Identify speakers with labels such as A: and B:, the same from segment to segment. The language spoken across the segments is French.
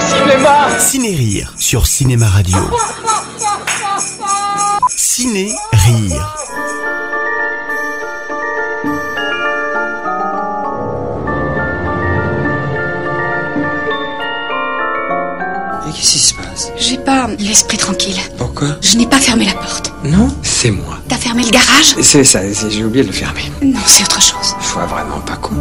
A: cinéma
B: Ciné-Rire sur Cinéma Radio. Ciné-Rire.
C: Mais qu'est-ce qui se passe
D: J'ai pas l'esprit tranquille.
C: Pourquoi
D: Je n'ai pas fermé la porte.
C: Non C'est moi.
D: T'as fermé le garage
C: C'est ça, c'est- j'ai oublié de le fermer.
D: Non, c'est autre chose.
C: Sois vraiment pas con.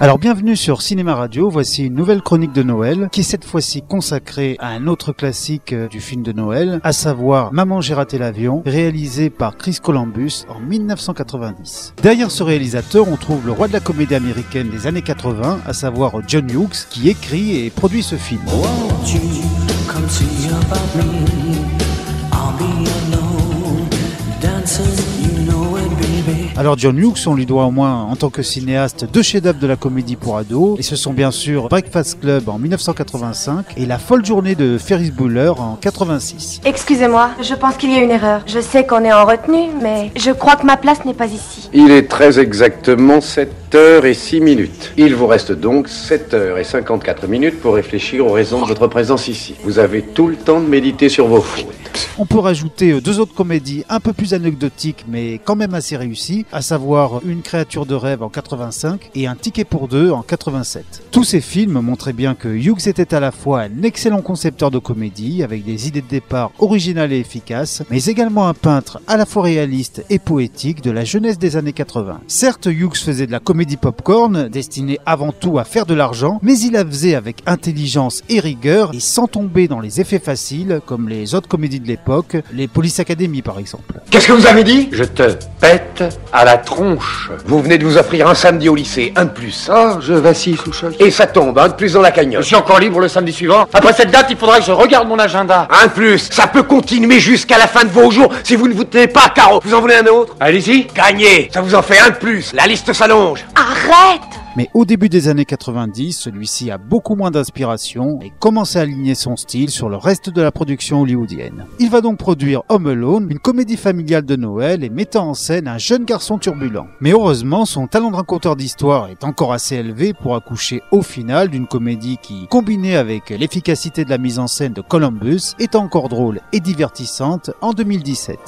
E: Alors bienvenue sur Cinéma Radio, voici une nouvelle chronique de Noël qui est cette fois-ci consacrée à un autre classique euh, du film de Noël, à savoir Maman j'ai raté l'avion, réalisé par Chris Columbus en 1990. Derrière ce réalisateur, on trouve le roi de la comédie américaine des années 80, à savoir John Hughes, qui écrit et produit ce film.
F: Won't you come see about me? I'll be your lone dancer, you know it, baby.
E: Alors John Hughes, on lui doit au moins en tant que cinéaste deux chefs-d'œuvre de la comédie pour ados, et ce sont bien sûr Breakfast Club en 1985 et La folle journée de Ferris Bueller en 86.
G: Excusez-moi, je pense qu'il y a une erreur. Je sais qu'on est en retenue, mais je crois que ma place n'est pas ici.
H: Il est très exactement 7 h et 6 minutes. Il vous reste donc 7 h et 54 minutes pour réfléchir aux raisons de votre présence ici. Vous avez tout le temps de méditer sur vos fautes.
E: On peut rajouter euh, deux autres comédies un peu plus anecdotiques mais quand même assez réussies, à savoir Une créature de rêve en 85 et Un ticket pour deux en 87. Tous ces films montraient bien que Hughes était à la fois un excellent concepteur de comédie avec des idées de départ originales et efficaces, mais également un peintre à la fois réaliste et poétique de la jeunesse des années 80. Certes, Hughes faisait de la comédie popcorn destinée avant tout à faire de l'argent, mais il la faisait avec intelligence et rigueur et sans tomber dans les effets faciles comme les autres comédies de l'époque, les Police Academy par exemple.
H: Qu'est-ce que vous avez dit Je te pète à la tronche. Vous venez de vous offrir un samedi au lycée, un de plus.
C: Oh, je vacille sous choc.
H: Et ça tombe, un de plus dans la cagnotte. Je suis encore libre le samedi suivant. Après cette date, il faudra que je regarde mon agenda. Un de plus, ça peut continuer jusqu'à la fin de vos jours si vous ne vous tenez pas à carreau. Vous en voulez un autre Allez-y. Gagnez, ça vous en fait un de plus. La liste s'allonge.
G: Arrête
E: Mais au début des années 90, celui-ci a beaucoup moins d'inspiration et commence à aligner son style sur le reste de la production hollywoodienne. Il va donc produire Home Alone, une comédie familiale de Noël et mettant en scène un jeune garçon turbulent. Mais heureusement, son talent de raconteur d'histoire est encore assez élevé pour accoucher au final d'une comédie qui, combinée avec l'efficacité de la mise en scène de Columbus, est encore drôle et divertissante en 2017.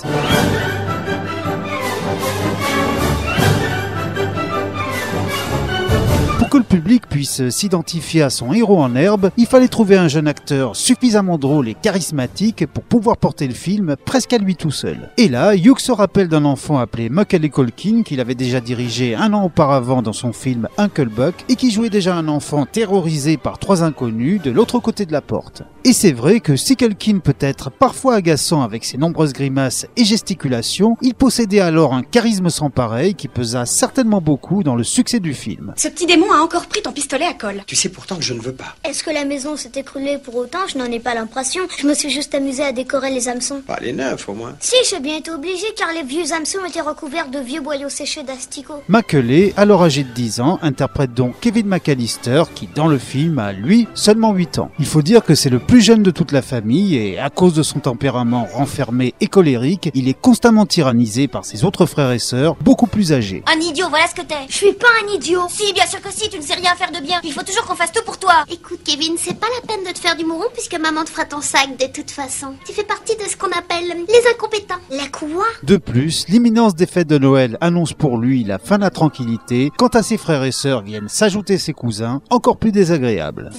E: Pour que le public puisse s'identifier à son héros en herbe, il fallait trouver un jeune acteur suffisamment drôle et charismatique pour pouvoir porter le film presque à lui tout seul. Et là, Hughes se rappelle d'un enfant appelé Macaulay Culkin qu'il avait déjà dirigé un an auparavant dans son film Hucklebuck et qui jouait déjà un enfant terrorisé par trois inconnus de l'autre côté de la porte. Et c'est vrai que si Culkin peut être parfois agaçant avec ses nombreuses grimaces et gesticulations, il possédait alors un charisme sans pareil qui pesa certainement beaucoup dans le succès du film.
D: Ce petit démon a encore pris ton pistolet à colle.
C: Tu sais pourtant que je ne veux pas.
I: Est-ce que la maison s'est écroulée pour autant Je n'en ai pas l'impression. Je me suis juste amusée à décorer les hameçons.
C: Bah, les neufs au moins.
I: Si, j'ai bien été obligée car les vieux hameçons étaient recouverts de vieux boyaux séchés d'asticots.
E: Macaulay, alors âgé de 10 ans, interprète donc Kevin McAllister qui, dans le film, a lui seulement 8 ans. Il faut dire que c'est le plus jeune de toute la famille et à cause de son tempérament renfermé et colérique, il est constamment tyrannisé par ses autres frères et sœurs beaucoup plus âgés.
I: Un idiot, voilà ce que t'es. Je suis pas un idiot. Si, bien sûr que si, tu ne sais rien faire de bien. Il faut toujours qu'on fasse tout pour toi. Écoute, Kevin, c'est pas la peine de te faire du mouron puisque maman te fera ton sac de toute façon. Tu fais partie de ce qu'on appelle les incompétents. La quoi
E: De plus, l'imminence des fêtes de Noël annonce pour lui la fin de la tranquillité, quant à ses frères et sœurs viennent s'ajouter ses cousins, encore plus désagréables.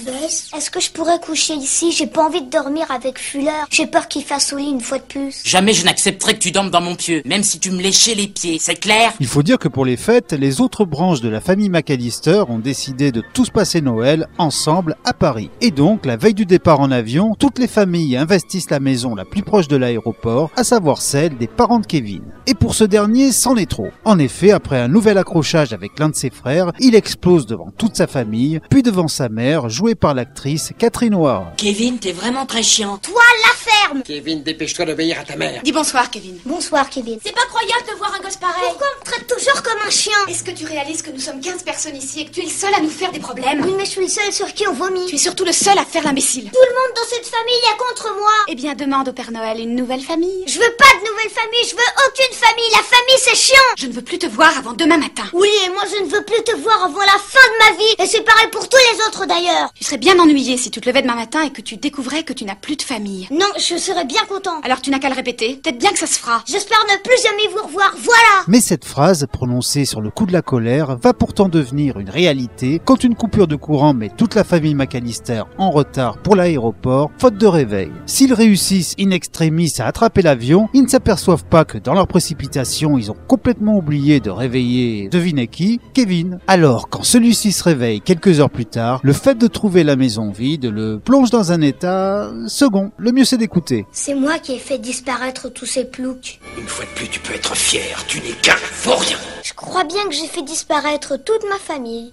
I: Est-ce que je pourrais coucher ici J'ai pas envie de dormir avec Fuller. J'ai peur qu'il fasse au lit une fois de plus.
J: Jamais je n'accepterai que tu dormes dans mon pieu, même si tu me léchais les pieds, c'est clair
E: Il faut dire que pour les fêtes, les autres branches de la famille McAllister ont décidé de tous passer Noël ensemble à Paris. Et donc, la veille du départ en avion, toutes les familles investissent la maison la plus proche de l'aéroport, à savoir celle des parents de Kevin. Et pour ce dernier, c'en est trop. En effet, après un nouvel accrochage avec l'un de ses frères, il explose devant toute sa famille, puis devant sa mère, jouée par l'actrice Catherine O'Hara.
J: Kevin, t'es vraiment très chiant.
I: Toi, la ferme
C: Kevin, dépêche-toi d'obéir à ta mère.
D: Dis bonsoir, Kevin.
I: Bonsoir, Kevin.
G: C'est pas croyable de voir un gosse pareil
I: Pourquoi on me traite toujours comme un chien
D: Est-ce que tu réalises que nous sommes 15 personnes ici et que tu es le seul à nous faire des problèmes.
I: Oui, mais je suis le seul sur qui on vomit.
D: Tu es surtout le seul à faire l'imbécile.
I: Tout le monde dans cette famille est contre moi.
D: Eh bien, demande au Père Noël une nouvelle famille.
I: Je veux pas de nouvelle famille, je veux aucune famille. La famille, c'est chiant.
D: Je ne veux plus te voir avant demain matin.
I: Oui, et moi, je ne veux plus te voir avant la fin de ma vie. Et c'est pareil pour tous les autres d'ailleurs.
D: Tu serais bien ennuyé si tu te levais demain matin et que tu découvrais que tu n'as plus de famille.
I: Non, je serais bien content.
D: Alors tu n'as qu'à le répéter. Peut-être bien que ça se fera.
I: J'espère ne plus jamais vous revoir. Voilà.
E: Mais cette phrase, prononcée sur le coup de la colère, va pourtant devenir une réalité quand une coupure de courant met toute la famille McAllister en retard pour l'aéroport, faute de réveil. S'ils réussissent in extremis à attraper l'avion, ils ne s'aperçoivent pas que dans leur précipitation, ils ont complètement oublié de réveiller, devinez qui, Kevin. Alors, quand celui-ci se réveille quelques heures plus tard, le fait de trouver la maison vide le plonge dans un état second. Le mieux c'est d'écouter.
I: C'est moi qui ai fait disparaître tous ces ploucs.
H: Une fois de plus, tu peux être fier, tu n'es qu'un rien.
I: Je crois bien que j'ai fait disparaître toute ma famille.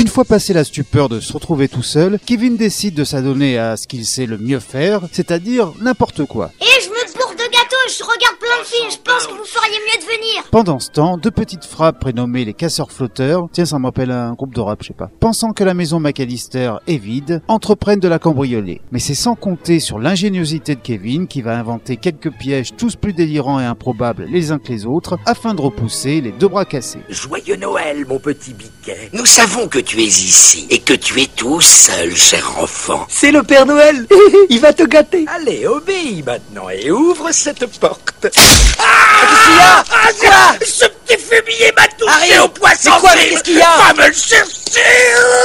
E: Une fois passé la stupeur de se retrouver tout seul, Kevin décide de s'adonner à ce qu'il sait le mieux faire, c'est-à-dire n'importe quoi.
I: Et je me bourre de gâteau, je regarde plein de films, je pense que vous feriez mieux de venir.
E: Pendant ce temps, deux petites frappes prénommées les casseurs flotteurs, tiens ça me rappelle un groupe de rap, je sais pas, pensant que la maison McAllister est vide, entreprennent de la cambrioler. Mais c'est sans compter sur l'ingéniosité de Kevin qui va inventer quelques pièges tous plus délirants et improbables les uns que les autres afin de repousser les deux bras cassés.
A: Joyeux Noël, mon petit biquet. Nous savons que tu es ici et que tu es tout seul, cher enfant.
F: C'est le Père Noël Il va te gâter
A: Allez, obéis maintenant et ouvre cette porte.
F: là
A: Ah, quoi Ce petit fumier m'a touché au poisson
F: c'est quoi, mais
A: frit.
F: qu'est-ce qu'il y
A: Va
F: a
A: me le chercher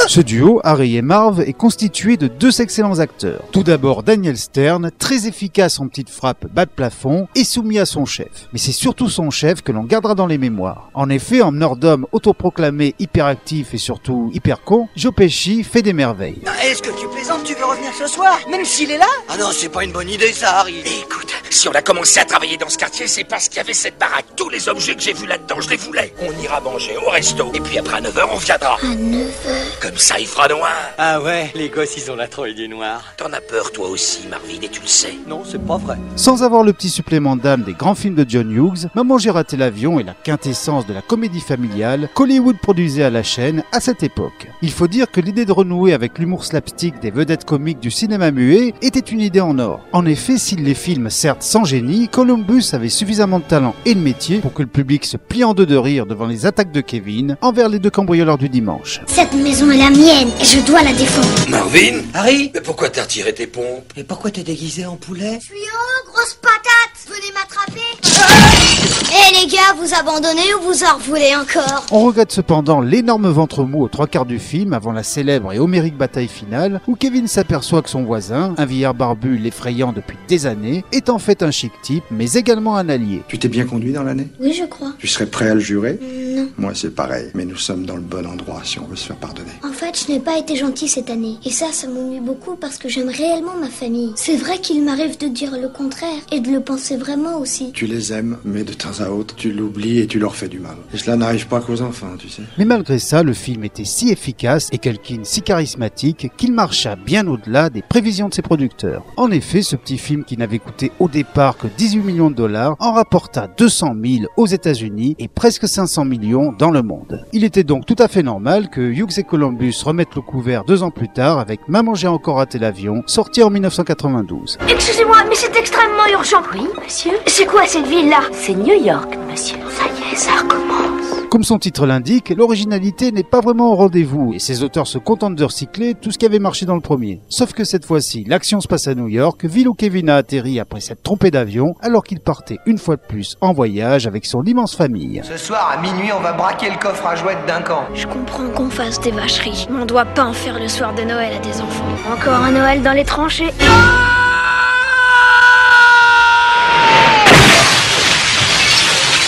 E: Ce duo, Harry et Marv, est constitué de deux excellents acteurs. Tout d'abord Daniel Stern, très efficace en petite frappe bas de plafond et soumis à son chef. Mais c'est surtout son chef que l'on gardera dans les mémoires. En effet, en nord d'homme autoproclamé hyperactif et surtout hyper con, Joe Pesci fait des merveilles.
F: Est-ce que tu plaisantes Tu veux revenir ce soir Même s'il est là Ah non, c'est pas une bonne idée ça, Harry.
A: Écoute, si on a commencé à travailler dans ce quartier, c'est parce qu'il y avait cette baraque. Tous les objets que j'ai vus là-dedans, je les voulais. On ira manger au resto. Et puis après, à 9h, on viendra. À 9h Comme ça, il fera noir.
F: Ah ouais, les gosses, ils ont la trouille du noir.
A: T'en as peur, toi aussi, Marvin, et tu le sais.
F: Non, c'est pas vrai.
E: Sans avoir le petit supplément d'âme des grands films de John Hughes, Maman j'ai raté l'avion est la quintessence de la comédie familiale qu'Hollywood produisait à la chaîne à cette époque. Il faut dire que l'idée de renouer avec l'humour slapstick des vedettes comiques du cinéma muet était une idée en or. En effet, s'il les filme certes sans génie, Columbus avait suffisamment de talent et de métier pour que le public se plie en deux de rire devant les attaques de Kevin envers les deux cambrioleurs du dimanche.
I: Cette maison est la mienne et je dois la défendre.
A: Marvin
F: Harry
A: Mais pourquoi t'as retiré tes pompes
F: Et pourquoi t'es déguisé en poulet
I: Je suis oh, grosse patate. Venez m'attraper. Eh les gars, vous abandonnez ou vous en voulez encore
E: On regrette cependant l'énorme ventre mou aux trois quarts du film avant la célèbre et homérique bataille finale où Kevin s'aperçoit que son voisin, un vieillard barbu l'effrayant depuis des années, est en fait un chic type mais également un allié.
K: Tu t'es bien conduit dans l'année
I: Oui, je crois.
K: Tu serais prêt à le jurer
I: Non.
K: Moi, c'est pareil. Mais nous sommes dans le bon endroit si on veut se faire pardonner.
I: En fait, je n'ai pas été gentille cette année. Et ça, ça m'ennuie beaucoup parce que j'aime réellement ma famille. C'est vrai qu'il m'arrive de dire le contraire et de le penser vraiment aussi.
K: Tu les aimes, mais de temps à autre, tu l'oublies et tu leur fais du mal. Et cela n'arrive pas qu'aux enfants, tu sais.
E: Mais malgré ça, le film était si efficace et Kelkin si charismatique qu'il marcha bien au-delà des prévisions de ses producteurs. En effet, ce petit film qui n'avait coûté au départ que 18 millions de dollars en rapporta 200 000 aux États-Unis et presque 500 millions dans le monde. Il était donc tout à fait normal que Hughes et Columbus remettent le couvert deux ans plus tard avec Maman j'ai encore raté l'avion, sorti en 1992.
I: Excusez-moi, mais c'est extrêmement urgent. Oui, monsieur C'est quoi cette ville-là
G: C'est New York, monsieur.
I: Ça y est, ça recommence.
E: Comme son titre l'indique, l'originalité n'est pas vraiment au rendez-vous et ses auteurs se contentent de recycler tout ce qui avait marché dans le premier. Sauf que cette fois-ci, l'action se passe à New York, ville où Kevin a atterri après s'être trompé d'avion alors qu'il partait une fois de plus en voyage avec son immense famille.
F: Ce soir, à minuit, on va braquer le coffre à jouets d'un camp.
D: Je comprends qu'on fasse des vacheries, mais on doit pas en faire le soir de Noël à des enfants.
I: Encore un Noël dans les tranchées.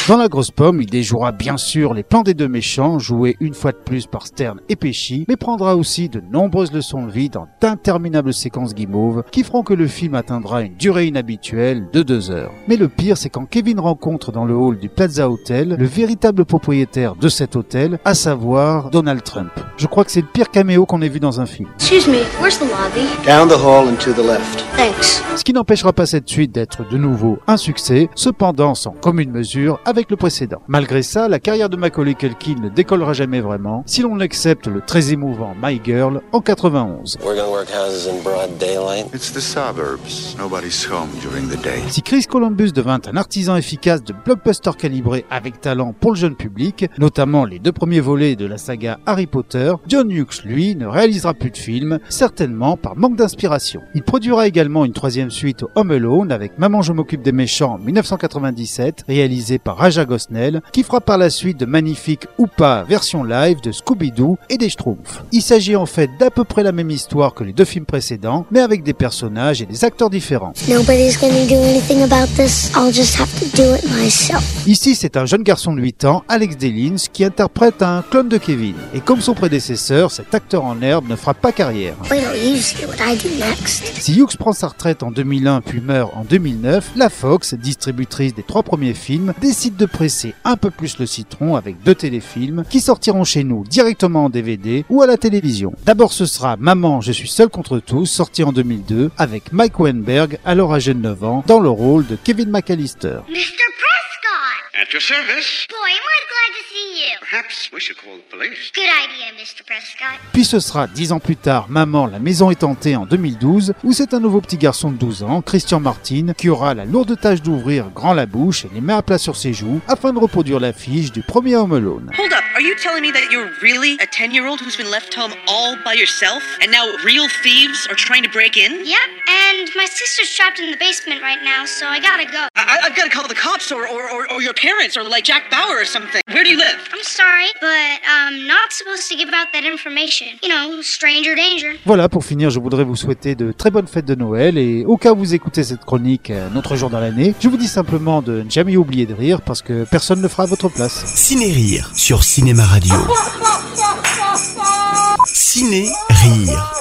E: Dans la grosse pomme, il déjouera bien sûr les plans des deux méchants, joués une fois de plus par Stern et Pesci, mais prendra aussi de nombreuses leçons de vie dans d'interminables séquences guimauves qui feront que le film atteindra une durée inhabituelle de deux heures. Mais le pire, c'est quand Kevin rencontre dans le hall du Plaza Hotel le véritable propriétaire de cet hôtel, à savoir Donald Trump. Je crois que c'est le pire caméo qu'on ait vu dans un film.
I: Excuse me, where's the lobby
K: Down the hall and to the left.
I: Thanks.
E: Ce qui n'empêchera pas cette suite d'être de nouveau un succès, cependant sans commune mesure avec avec le précédent. Malgré ça, la carrière de Macaulay Culkin ne décollera jamais vraiment si l'on accepte le très émouvant My Girl en 91.
L: We're gonna work houses in broad daylight.
M: It's the suburbs. Nobody's home during the day.
E: Si Chris Columbus devint un artisan efficace de blockbuster calibré avec talent pour le jeune public, notamment les deux premiers volets de la saga Harry Potter, John Hughes, lui, ne réalisera plus de films, certainement par manque d'inspiration. Il produira également une troisième suite au Home Alone avec Maman je m'occupe des méchants en 1997, réalisée par Raja Gosnell, qui fera par la suite de magnifiques ou pas versions live de Scooby-Doo et des Schtroumpfs. Il s'agit en fait d'à peu près la même histoire que les deux films précédents, mais avec des personnages et des acteurs différents.
N: Nobody's gonna do anything about this. I'll just have to do it myself.
E: Ici, c'est un jeune garçon de 8 ans, Alex Delins, qui interprète un clone de Kevin. Et comme son prédécesseur, cet acteur en herbe ne fera pas carrière.
N: We don't usually do what I do next.
E: Si Hughes prend sa retraite en 2001 puis meurt en 2009, la Fox, distributrice des trois premiers films, décide de presser un peu plus le citron avec deux téléfilms qui sortiront chez nous directement en DVD ou à la télévision. D'abord, ce sera Maman, je suis seul contre tous, sorti en 2002 avec Mike Weinberg, alors âgé de 9 ans, dans le rôle de Kevin McAllister.
O: Mr. Prescott!
M: At your service.
O: Boy, am I glad to see you.
M: Perhaps we should call the police.
O: Good idea, Mr. Prescott.
E: Puis ce sera dix ans plus tard Maman, la maison est hantée en 2012, où c'est un nouveau petit garçon de 12 ans, Christian Martin, qui aura la lourde tâche d'ouvrir grand la bouche et les mains à plat sur ses joues afin de reproduire l'affiche du premier Home Alone.
P: Hold up, are you telling me that you're really a 10 year old who's been left home all by yourself? And now real thieves are trying to break in?
I: Yep, and my sister's trapped in the basement right now, so I gotta go.
P: I- I- I've got to call the cops or, or, or, or your parents or like Jack Bauer or something. Where do you live?
I: I'm sorry, but I'm not supposed to give out that information. You know, stranger danger.
E: Voilà, pour finir, je voudrais vous souhaiter de très bonnes fêtes de Noël et au cas où vous écoutez cette chronique euh, notre jour dans l'année, je vous dis simplement de ne jamais oublier de rire parce que personne ne le fera à votre place.
B: Ciné Rire sur Cinéma Radio. Ciné Rire.